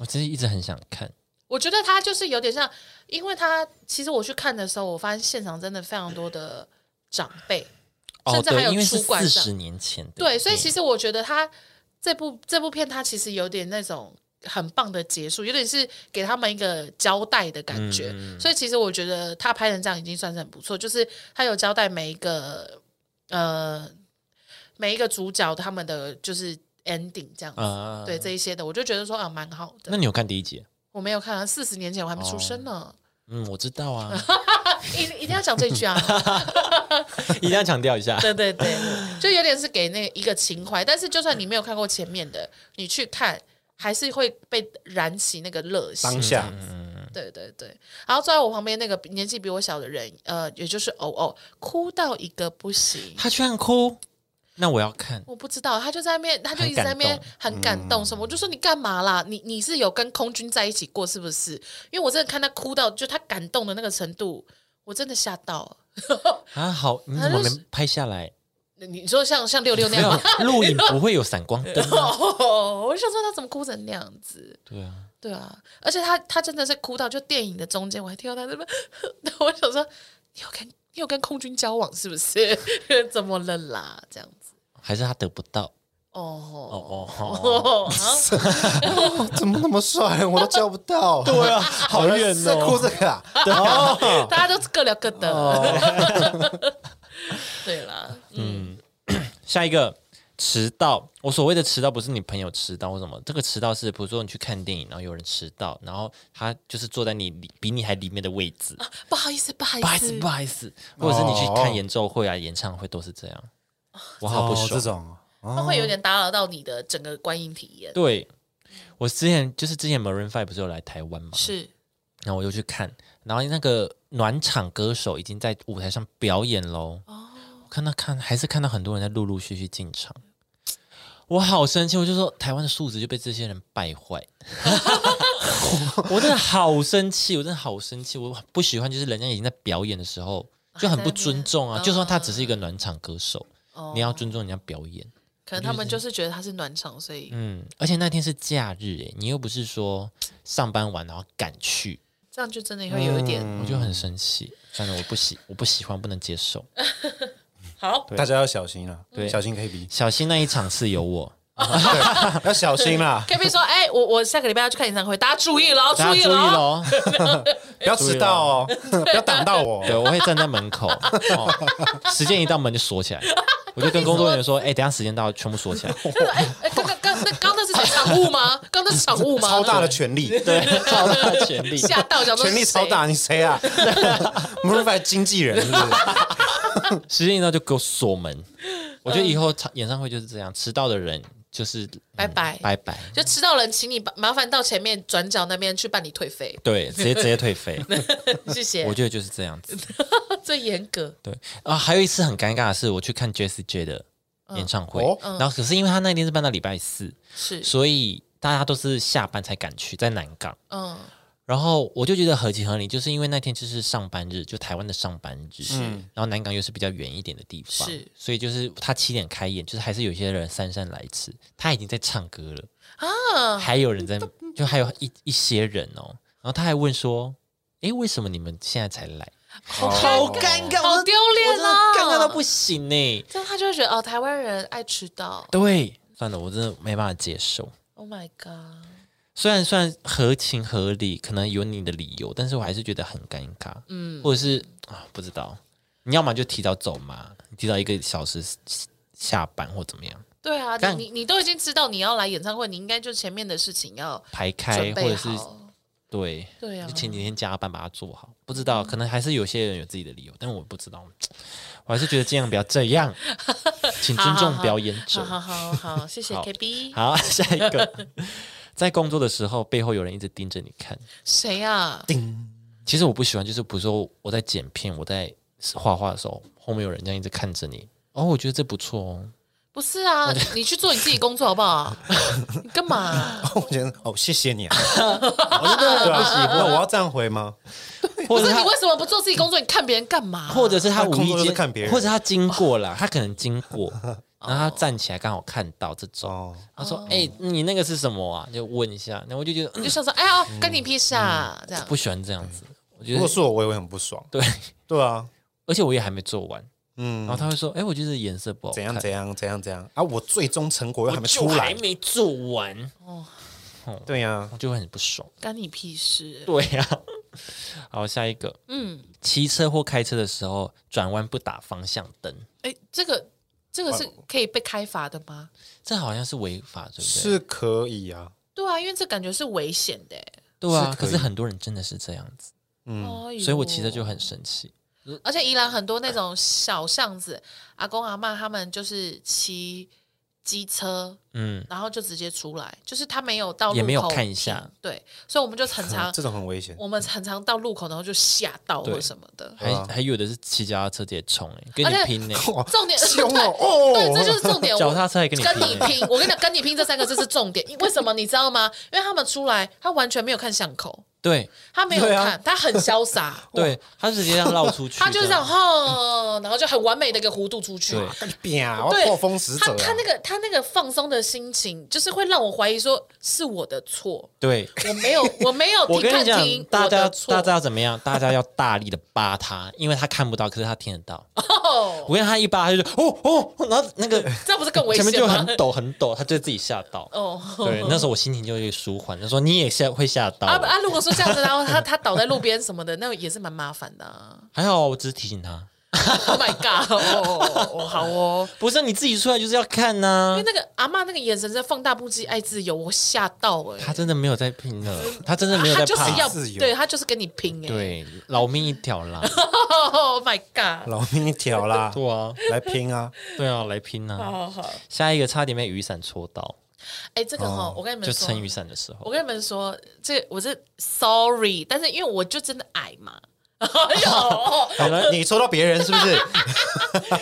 我真的一直很想看。
我觉得他就是有点像，因为他其实我去看的时候，我发现现场真的非常多的长辈，
哦，
甚至还
对，因
有
为是
出馆
四
上
十。年前的。
对，所以其
实
实我觉得他这部这部片，他其实有点那种很棒的结束，有点是给他们一个交代的感觉。
嗯
所以其实我觉得他拍成这样已经算是很不错，就是他有交代每一个呃每一个主角他们的就是 ending 这样子。
啊，
对这一些的，我就觉得说啊，蛮好
那
的。
你有看第一集？
我没有看啊，四十年前我还没出生呢，
嗯，我知道啊，
一一定要讲这句 啊！
一定要强调一下。
对对对，就有点是给那一个情怀，但是就算你没有看过前面的，你去看还是会被燃起那个热血。
当下
对对对，然后坐在我旁边那个年纪比我小的人，呃，也就是偶偶，哭到一个不行。
他居然哭，那我要看。
我不知道，他就在那边，他就一直
很感
在那边
动嗯
很感动什么，我就说你干嘛啦？你你是有跟空军在一起过是不是？因为我真的看他哭到，就他感动的那个程度，我真的吓到了。
啊，好，你
他
怎么没
就是
拍下来？
你你说像像六六那
没
样
有
吗？。
录影不会有闪光灯
哦，我就想说他怎么哭成那样子？
对啊，
对啊，而且他他真的是哭到就电影的中间，我还听到他这边， 我想说你有跟你有跟空军交往是不是？ 怎么了啦？这样子
还是他得不到。哦
哦
哦 哦，
哦，然后
哦怎么那么帅，我都叫不到。对啊，好
远哦
在哭这个啊。哦，
大家都各聊各的。
哦
对啦，嗯，
下一个迟到。我所谓的迟到，不是你朋友迟到或什么，这个迟到是，比如说你去看电影，然后有人迟到，然后他就是坐在你里比你还里面的位置，
不好意思，不好意
不好意
思
思，，不好意思，或者是你去
哦
看演奏会啊、演唱会都是这样，我好不
哦
爽
这。种
它会有点打扰到你的整个观影体验。
对，我之前就是之前 Maroon Five 不是有来台湾嘛，
是，
然后我就去看，然后那个暖场歌手已经在舞台上表演喽。我看到看还是看到很多人在陆陆续续进场，我好生气，我就说台湾的素质就被这些人败坏， 我真的好生气，我真的好生气，我不喜欢就是人家已经在表演的时候就很不尊重啊，就算他只是一个暖场歌手，
哦
你要尊重人家表演。
可能他们就是觉得它是暖场，所以
嗯，而且那天是假日诶，你又不是说上班完然后赶去，
这样就真的会有一点、
我就很生气。真的，我不喜，我不喜欢，不能接受。
好。
大家要小心啦，
对
小心 KB，
小新那一场是有我，
要小心啦，
K B 说：“哎、我我下个礼拜要去看演唱会，大家注意了，哦
大家
意
注意
了。
喽。
不 要迟到哦，不要挡到 我。
对，我会站在门口，哦、时间一到门就锁起来。我就跟工作人员说：“哎、等一下时间到了，全部锁起来。
他说哎哎，刚刚刚那刚那是场 务吗？刚那是场务吗？
超大的权力，”
对，超大权力。
吓到，啊想说
权力超大，你谁啊 m o r 经纪人是不是？
时间一到就给我锁门。我觉得以后场演唱会就是这样，迟到的人就是
嗯拜拜
拜拜，
是谁，就迟到人，请你把麻烦到前面转角那边去办理退费，
对，直接直接退 费。
谢谢
我。觉得就是这样子。
最严格，
对啊，还有一次很尴尬的是，我去看 Jessie J 的
嗯
演唱会，
哦
然后可是因为他那天是办到礼拜四，
是，
所以大家都是下班才赶去，在南港。
嗯，
然后我就觉得合情合理，就是因为那天就是上班日，就台湾的上班日，
嗯
然后南港又是比较远一点的地方，
是
所以就是他七点开演，就是还是有些人姗姗来迟，他已经在唱歌了
嗯
啊，还有人在，就还有一一些人哦，然后他还问说，诶，为什么你们现在才来？好尴尬，
好
我真的
丢脸啊
我真的尴尬到不行欸呢、
这样他就会觉得哦，台湾人爱迟到。
对，算了，我真的没办法接受。
Oh my god！
虽然虽然合情合理，可能有你的理由，但是我还是觉得很尴尬。嗯，或者是啊，不知道，你要么就提早走嘛，你提早一个小时下班或怎么样
对啊，
但
你你你都已经知道你要来演唱会，你应该就前面的事情要
排开，
准
或
备
者是
好。
对，
对啊嗯
就，前几天加班把它做好。不知道，可能还是有些人有自己的理由，但我不知道。我还是觉得尽量不要这 样，请尊重表演者。
好好好 好，谢谢
好
K B。
好，下一个，在工作的时候，背后有人一直盯着你看。
谁啊？
其实我不喜欢，就是比如说我在剪片，我在画画的时候，后面有人这样一直看着你。哦，我觉得这不错哦。
不 是啊，你去做你自己工作好不好？你干嘛 啊、
我觉得哦，谢谢你啊，我真的很不喜欢。那我要这样回吗？
或
不
者
是
他
你，为什么不做自己工作？你看别人干嘛、
或者是他
那
无
工
意
作就是
间
看别人
或者他经过啦， 他可能经 过，然后他站起来刚好看到这种，
哦，
他说：“哎、你那个是什么啊？”就问一下，那我就觉得、嗯
你就想说，哎呀，干你屁事啊！这样
不喜欢这样子。我觉
如果
得
是我，我也会很不爽。
对，
对啊，
而且我也还没做完，
嗯
然后，他会说：“哎、我觉得颜色不好
怎
看，
样怎样怎样怎样啊？我最终成果又还没出
我就
来
还，没哦做完，
对啊呀
我，就会很不爽。”
干你屁事。
对呀、 好，下一个，
嗯，
骑车或开车的时候转弯不打方向灯，
哎，这个这个是
哦
可以被开罚的吗？
这好像是违法，对不对？，
是可以啊，
对啊，因为这感觉是危险的。欸
对
是
啊。
可
可
以
是很多人真的是这样子，
嗯，
哎呦
所以我骑车就很生气。
而且宜兰很多那种小巷子，阿公阿嬷他们就是骑机车，
嗯，
然后就直接出来，就是他没有到路口
也没有看一下
停对，所以我们就很 常
这种很危险。
我们很常到路口，然后就吓到
对
或什么的。
还、
啊
还有的是骑脚踏车直接冲、欸，跟
而
你
且
拼呢、
哇
重点
凶哦
对，这
哦，
就是重点。
脚
我
踏车还跟你
啊 跟
拼
你
欸
拼，我跟你讲，跟你拼这三个字是重点。因为什么你知道吗？因为他们出来，他完全没有看巷口，
对
他没有
对啊
看，他很潇洒，
对，他直接这样绕出去的，
他就是这样吼，然后就很完美的一个弧度出去。
对
跟你变啊！我
对
破风使者
他
啊，
他那个他那个放松的心情，就是会让我怀疑说是我的错，
对。
我 没有我没有
我
停
跟你
看
讲
停，，
大
我
家
的
大
错
家要怎么样？大家要大力的扒他，因为他看不到，可是他听得到。
哦，
我跟你讲他一扒，他就哦哦，然后那个
这不是更危
前
险吗？
面就很抖很抖，他就自己吓到。
哦。
对，那时候我心情就会舒缓。他说你也吓会吓到
啊
我，
啊！如果说这样子，然后他他倒在路边什么的，那也是蛮麻烦 的、啊。
还好我只是提醒他，
Oh my god！哦，哦好哦，
不是你自己出来就是要看呐、
因为那个阿嬷那个眼神在放大不羁爱自由，我吓到哎、
他真的没有在拼了，他真的没有
他
在
就是
怕。
要
自由
对他就是跟你拼哎、
对，老命一条啦。
，Oh my god！
老命一条啦，
对啊，
来拼啊！
对啊，来拼
好
啊！
好好，
下一个差点被雨伞戳到，
哎，这个哈，我跟你们
哦就
说，
撑雨伞的时
我
候，
跟你们说，这我是 sorry，但是因为我就真的矮嘛。 哎呦，
好了，你戳到别人是不是？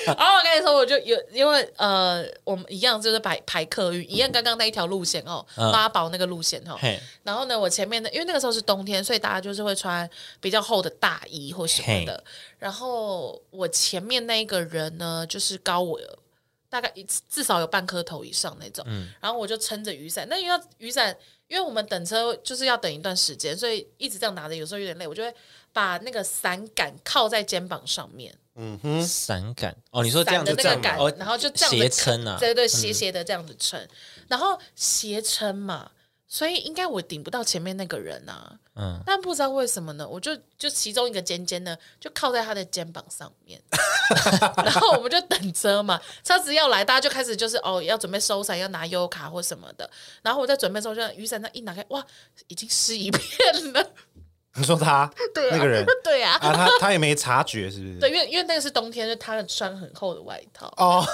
然后我跟你说，我就有因为呃，我们一样就是排排客运，一样刚刚那一条路线哦，
嗯
八宝那个路线哦。
嘿，
然后呢，我前面的，因为那个时候是冬天，所以大家就是会穿比较厚的大衣或什么的。然后我前面那一个人呢，就是高我大概一至少有半颗头以上那种。然后我就撑着雨伞，那因为雨伞，因为我们等车就是要等一段时间，所以一直这样拿着，有时候有点累，我就会把那个伞杆靠在肩膀上面。
嗯哼，
伞杆哦，你说这样子
散的
这
那
样
个杆，
哦，
然后就这样子
斜撑啊
对对，斜斜的这样子撑，然后斜撑嘛，所以应该我顶不到前面那个人啊，
嗯，
但不知道为什么呢，我就就其中一个尖尖呢，就靠在他的肩膀上 面，然后我们就等车嘛，车子要来，大家就开始就是哦要准备收伞，要拿悠游卡或什么的，然后我在准备的时候，就雨伞那一拿开，哇，已经湿一片了，
你说他
对啊，
那个人
对啊，
啊，他他也没察觉是不是？
对，因为因为那个是冬天，就他的穿很厚的外套。
哦，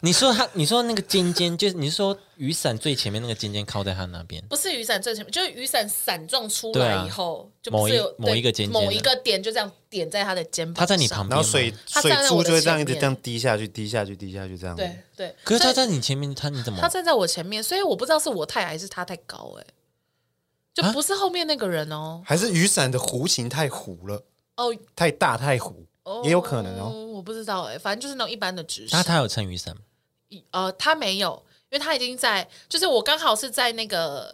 你说他，你说那个尖尖，就是你说雨伞最前面那个尖尖靠在他那边，
不是雨伞最前面，就是雨伞伞状出
对
来
啊
以后，就不是有
某一某一个
对
尖尖的
某一个点就这样点在他的肩膀上。
他在你旁边
然后水
他
水
站在
珠
我的
就会这样一
前
直
面
这样滴下去，滴下去，滴下去，这样。
对，对，
可是他
所
在
以
你前面，他你怎么
他？站在我前面，所以我不知道是我太矮还是他太高、哎，就
啊
不是后面那个人哦。
还是雨伞的弧形太弧了，
哦
太大太弧，
哦，
也有可能哦。
我不知道哎、反正就是那种一般的直视
他。他有撑雨伞吗，
呃，他没有，因为他已经在，就是我刚好是在那个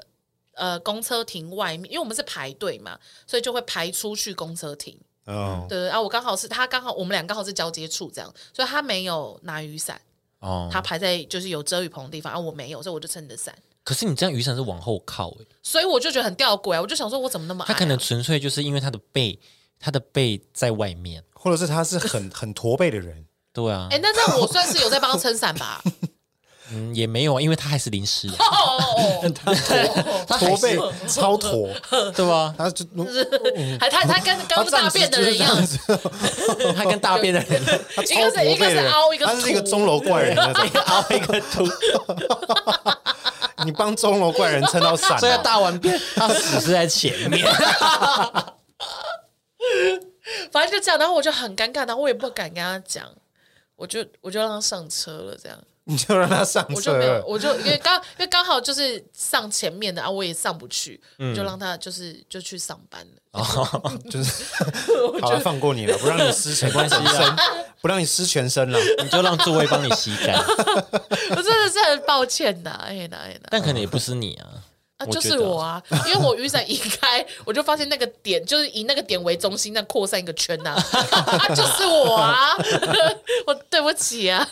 呃公车亭外面，因为我们是排队嘛，所以就会排出去公车亭。
哦，
对啊，我刚好是他刚好我们俩刚好是交接处这样，所以他没有拿雨伞，
哦，
他排在就是有遮雨棚的地方，啊，我没有，所以我就撑着伞，
可是你这样雨伞是往后靠、欸，
所以我就觉得很吊诡啊，我就想说我怎么那么矮啊、
他可能纯粹就是因为他的背，他的背在外面，
或者是他是很很驼背的人，
对啊，
哎、那这样我算是有在帮他撑伞 吧？
嗯，也没有啊，因为他还是淋湿的，
哦哦哦，
他
驼
还
背
是
超驼，
对啊吧？
他 就
还他他跟跟
他
不大
站直
便的
就
人
是
一
这
样
样，子，
他跟大便的人
他
一
超
个
驼
是一
背
个
的
是
人，
凹，一个
他是一个
凸
钟楼怪人那 种。
凹一个 凸，
你帮钟楼怪人撑到伞啊
所以他
了，
大完便，他屎是在前 面，
反正就这样，然后我就很尴尬，然后我也不敢跟他讲，我就我就让他上车了，这样。
你就让他上
我就
车
没有，
了。
我就因为刚因为刚好就是上前面的啊，我也上不去，
嗯
就让他就是就去上班了。
好了，放过你了，不让你失全
没关系
身
啊，
不让你失全身了。
你就让座位帮你吸 干，
我真的是很抱歉的，哎呐哎呐，
但可能也不是你啊，
啊
我
就
觉
是
得
我啊，因为我雨伞一开，我就发现那个点就是以那个点为中心，那扩散一个圈呐， 啊就是我啊， 我对不起啊，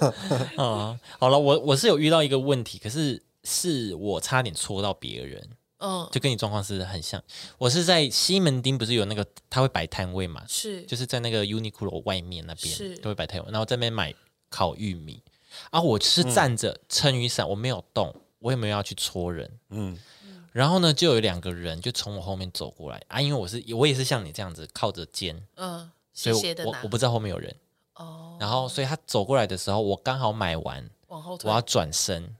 啊，好了，我我是有遇到一个问题，可是是我差点戳到别人，
嗯，
就跟你状况是很像。我是在西门町，不是有那个他会摆摊位嘛，
是
就是在那个 Uniqlo 外面那
是
边都会摆摊位，然后在那边买烤玉米。啊，我是站着撑雨伞，我没有动，我也没有要去戳人。
嗯，
然后呢，就有两个人就从我后面走过来啊，因为我是我也是像你这样子靠着肩，
嗯，
所
斜
以
斜的
我我
拿
我不知道后面有人。
哦，
然后，所以他走过来的时候，我刚好买完，
往后退
我要转身，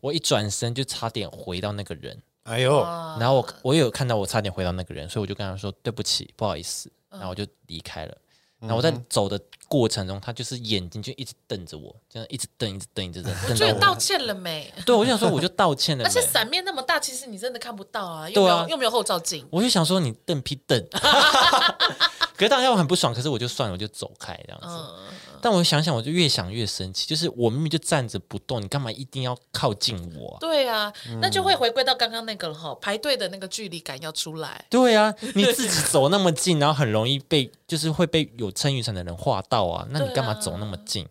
我一转身就差点回到那个人，
哎呦，
啊
然后我我也有看到我差点回到那个人，所以我就跟他说对不起，不好意思，然后我就离开了。然后我在走的过程中，他就是眼睛就一直瞪着我，这样一直瞪，一直瞪，一直瞪，瞪
就
到
有道
我。
歉了没？
对，我就想说，我就道歉了
而且
没。
伞面 那么大，其实你真的看不到啊，又没
对
有
啊
又没有后照镜。
我就想说你瞪屁 瞪，可是当下我很不爽，可是我就算了，我就走开这样子。
嗯，
但我想想，我就越想越生气，就是我明明就站着不动，你干嘛一定要靠近我啊、
对啊，那就会回归到刚刚那个了哈，排队的那个距离感要出来。
对啊，你自己走那么近，然后很容易被就是会被有撑雨伞的人划到啊，那你干嘛走那么近？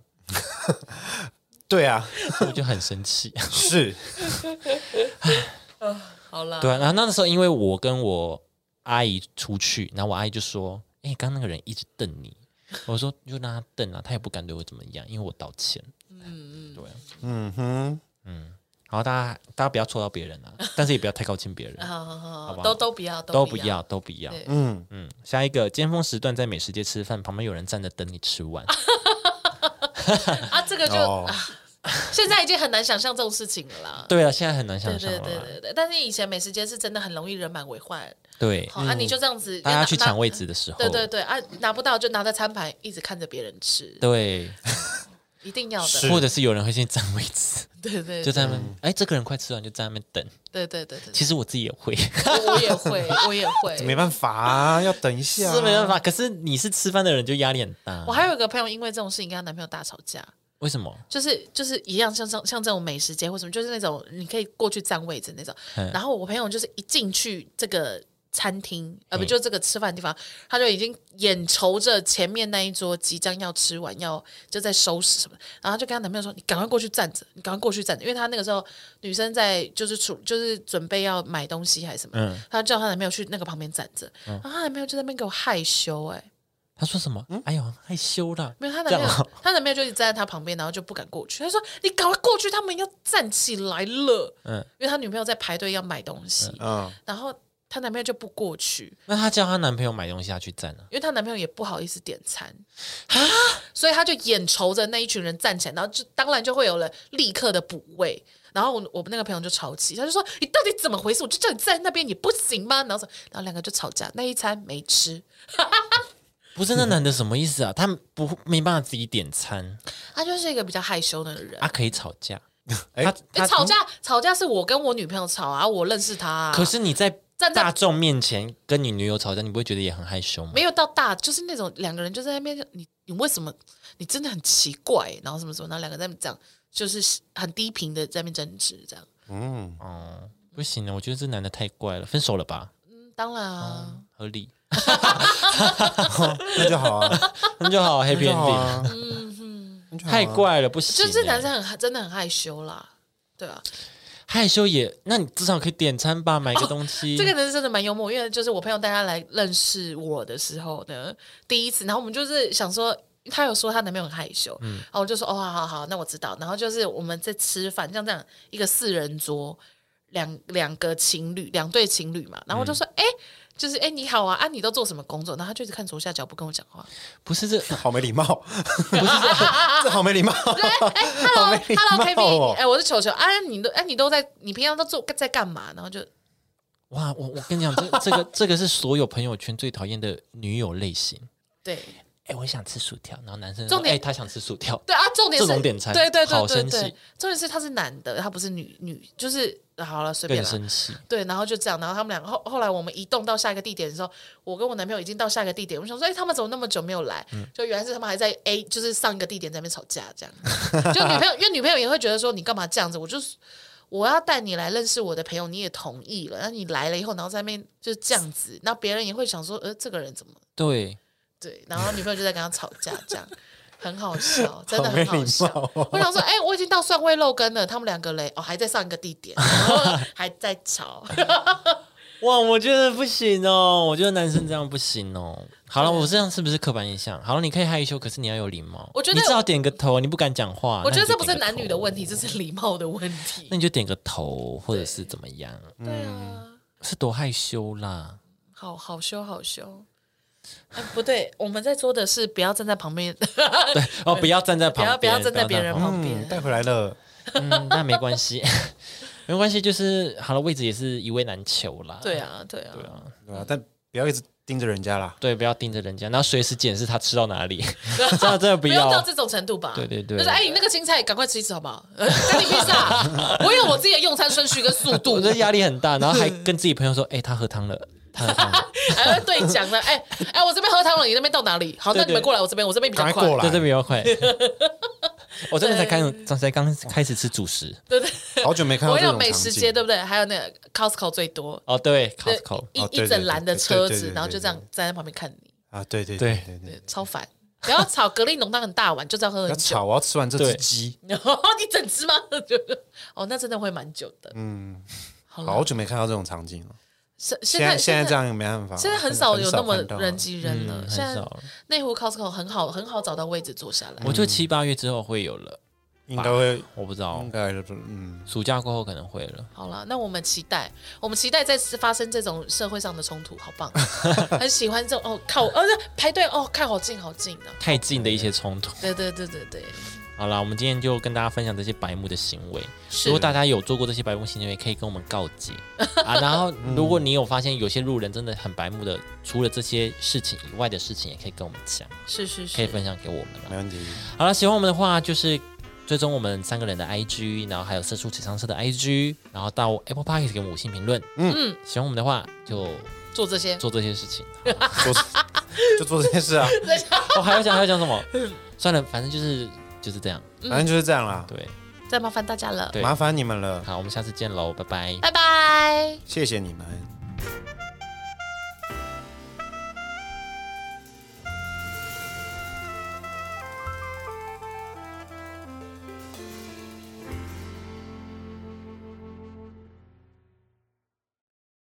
对啊，
我就很生气。
是
好啦，
对啊，然后那时候因为我跟我阿姨出去，然后我阿姨就说：“哎、刚刚那个人一直瞪你。”我说：“就让他瞪啊，他也不敢对我怎么样，因为我道歉。
嗯哼，嗯，
然后大家大家不要戳到别人啊，但是也不要太靠近别人，
好好好，
不好
好都都不要，
都
啊不
不。要都不要。
对
嗯，
嗯，下一个尖峰时段在美食街吃饭，旁边有人站着等你吃完，
啊，这个就、
哦
啊，现在已经很难想象这种事情了啦。
对啊，现在很难想象
对
了
对
啦。
对对，但是以前美食街是真的很容易人满为患，
对，
好、啊，你就这样子，
大家
拿
去抢位。置的时候，
拿对对对啊，拿不到就拿着餐盘一直看着别人吃，
对
一定要
是嗯
的。
或者是有人会先占位置，
对对，
就
对
在那边，哎，这个人快吃完就在那边等。
对对对 对，
其实我自己也会，
我我也会，我也 会。
没办法啊，要等一下啊，
是没办法。可是你是吃饭的人，就压力很大
我。还有一个朋友因为这种事情跟她男朋友大吵架，
为什么？
就是就是一样，像这像这种美食街或什么，就是那种你可以过去占位置那种。
嗯
然后我朋友就是一进去这个餐厅，呃，不
嗯
就这个吃饭地方，他就已经眼瞅着前面那一桌即将要吃完，要就在收拾什么的，然后就跟她男朋友说：“你赶快过去站着，你赶快过去站着。”因为她那个时候女生在就是处就是准备要买东西还是什么，她就叫她男朋友去那个旁边站着，然后她男朋友就在那边给我害羞、哎。
他说什么？
嗯
哎呦，害羞啦。
没有，她
这
男
样
朋
啊
友，她男朋友就一直站在她旁边，然后就不敢过去。她说：“你赶快过去，他们要站起来了。”
嗯
嗯，因为她女朋友在排队要买东西，
嗯，
然后她男朋友就不过去，
那她叫她男朋友买东西，她去占啊。
因为她男朋友也不好意思点餐所以她就眼瞅着那一群人站起来，然后就当然就会有人立刻的补位。然后我我们那个朋友就吵起，他就说：“你到底怎么回事？我就叫你站在那边也不行吗？”然后说，然后两个就吵架，那一餐没吃。
不是那男的什么意思
嗯
啊？他不没办法自己点餐，
他就是一个比较害羞的人。
啊，可以吵架。
哎
他
哎
他
吵架吵架是我跟我女朋友吵啊，我认识她、啊。
可是你在
站在
大众面前跟你女友吵架，你不会觉得也很害羞吗？
没有到大，就是那种两个人就在那边，你你为什么你真的很奇怪，然后什么什么，然后两个在那边讲，就是很低频的在那边争执这样。
嗯，
哦，不行了，我觉得这男的太怪了，分手了吧？
嗯，当然啊，
合 理，
那就好啊，
那就好
那
，Happy
就好
Ending。
啊，那就好啊
太，怪了，不行、
就是这男
欸
生很真的很害羞啦，对啊，
害羞也，那你至少可以点餐吧，买个东西。
这个人真的蛮幽默，因为就是我朋友带他来认识我的时候呢，第一次，然后我们就是想说。她有说她男朋友很害羞，
嗯
然后我就说哦，好好好，那我知道。然后就是我们在吃饭，像这样一个四人桌，两两个情侣，两对情侣嘛。然后我就
嗯
说，哎、就是哎、你好啊，啊，你都做什么工作？然后他就一直看左下角，不跟我讲 话。
不是这，
好没礼 貌，不是这这好没礼貌，
哎，hello
礼貌
hello K
哦
B，哎，我是球球啊，你都哎、你都在，你平常都做在干嘛？然后就
哇，我我跟你讲， 这这个这个是所有朋友圈最讨厌的女友类型。
对
哎、我想吃薯条，然后男生
重点
哎、他想吃薯条，
对啊，重点是
这种点餐
对对对
好
对
生
对
气，
重点是他是男的，他不是女女，就是啊好了随便
更
了。
生气。
对，然后就这样，然后他们两个后后来我们移动到下一个地点的时候，我跟我男朋友已经到下一个地点，我想说，哎、他们怎么那么久没有来？
嗯
就原来是他们还在 A，就是上一个地点在那边吵架这样。就女朋友，因为女朋友也会觉得说，你干嘛这样子？我就是我要带你来认识我的朋友，你也同意了，那你来了以后，然后在那边就是这样子，那别人也会想说，呃，这个人怎么
对，
对，然后女朋友就在跟他吵架，这样很好笑，真的
好没
很好
礼
笑
貌。
我想说，哎、我已经到蒜味肉羹了，他们两个嘞，哦，还在上一个地点，然后还在吵。
哇，我觉得不行哦，我觉得男生这样不行哦。好
啊
了，我这样是不是刻板印象？好了，你可以害羞，可是你要有礼貌。
我觉得
你至少点个头，你不敢讲话。
我觉
那
得
你就
这不是
点个
男女的
头
问题，这是礼貌的问题
那。你就点个头，或者是怎么样？
对啊，
是多害羞啦。
好好羞好羞。哎，不对，我们在说的是不要站在旁边，
哦，不要站在
不
旁
要
边，
不要站在别人
旁
嗯，
旁边。
带回来了，
嗯，那没关系， 没关系，就是好了，位置也是一位难求啦。
对，啊，对啊，
对吧？但不要一直盯着人家啦，
对，不要盯着人家，然后随时检视他吃到 哪里，真的真的不
不用到
要。
这种程度吧？
对对对
就是哎，你那个青菜赶快吃一吃好不好？ 呃干你披萨，我有我自己的用餐顺序跟速度
我。这压力很大，然后 还跟自己朋友说：“哎，他喝汤了，他喝汤了，
还会对讲呢，哎、哎、我这边喝汤了，你那边到哪里？好，那
对对
你们过来，我这边，我这边比较
赶快
快。
过
在这
来，
边要快。”我真的才开始，才刚开始吃主食
对对，
好久没看
我
到这种场
跟你讲，美食街
景，
对不对？还有那个 Costco 最多，
哦，对
对
，Costco，
一
哦对
一整篮的车
对对对对
子，
对
然后就这样站在旁边看你，
啊，对对
对
对对，
对超烦。不要炒蛤蜊浓汤很大碗，就这样喝
不要
很久。
吵，我要吃完这
对
只鸡，
然后 你整只吗？哦，那真的会蛮久的。
嗯，
好了
好久没看到这种场景了，
现现
现
在
在现在这。样也没办法，
现在很少有那么
很少看到啊
人挤人了。
嗯，很
现
少嗯
在
了。
内湖 Costco 很好，很好找到位置坐下来。
我就七八月之后会有了，
应该会，
我不知道
应，该是嗯，
暑假过后可能会了。
好了，那我们期待，我们期待再次发生这种社会上的冲突，好 棒，很喜欢这种哦，靠，呃、排队哦，看好近好近啊，
太近的一些冲突。
对对对对对，
好啦，我们今天就跟大家分享这些白目的行为。
是
如果大家有做过这些白目行为，可以跟我们告解啊。然后，如果你有发现有些路人真的很白目的，除了这些事情以外的事情，也可以跟我们讲，
是是
可以
是，
分享给我们
没
了。
问题。
好了，喜欢我们的话，就是追踪我们三个人的 IG，然后还有社畜纸上社的 IG，然后到 Apple Podcast 给我们五星评论。嗯，喜欢我们的话就
做这些，
做这些事情。
做 就做这件事啊，
哦，还要讲还要讲什么？算了，反正就是就是这样。
反正就是这样啦。
对，
再麻烦大家了，
嗯对
麻烦你们了，
好，我们下次见喽，拜拜。
拜拜。
谢谢你们。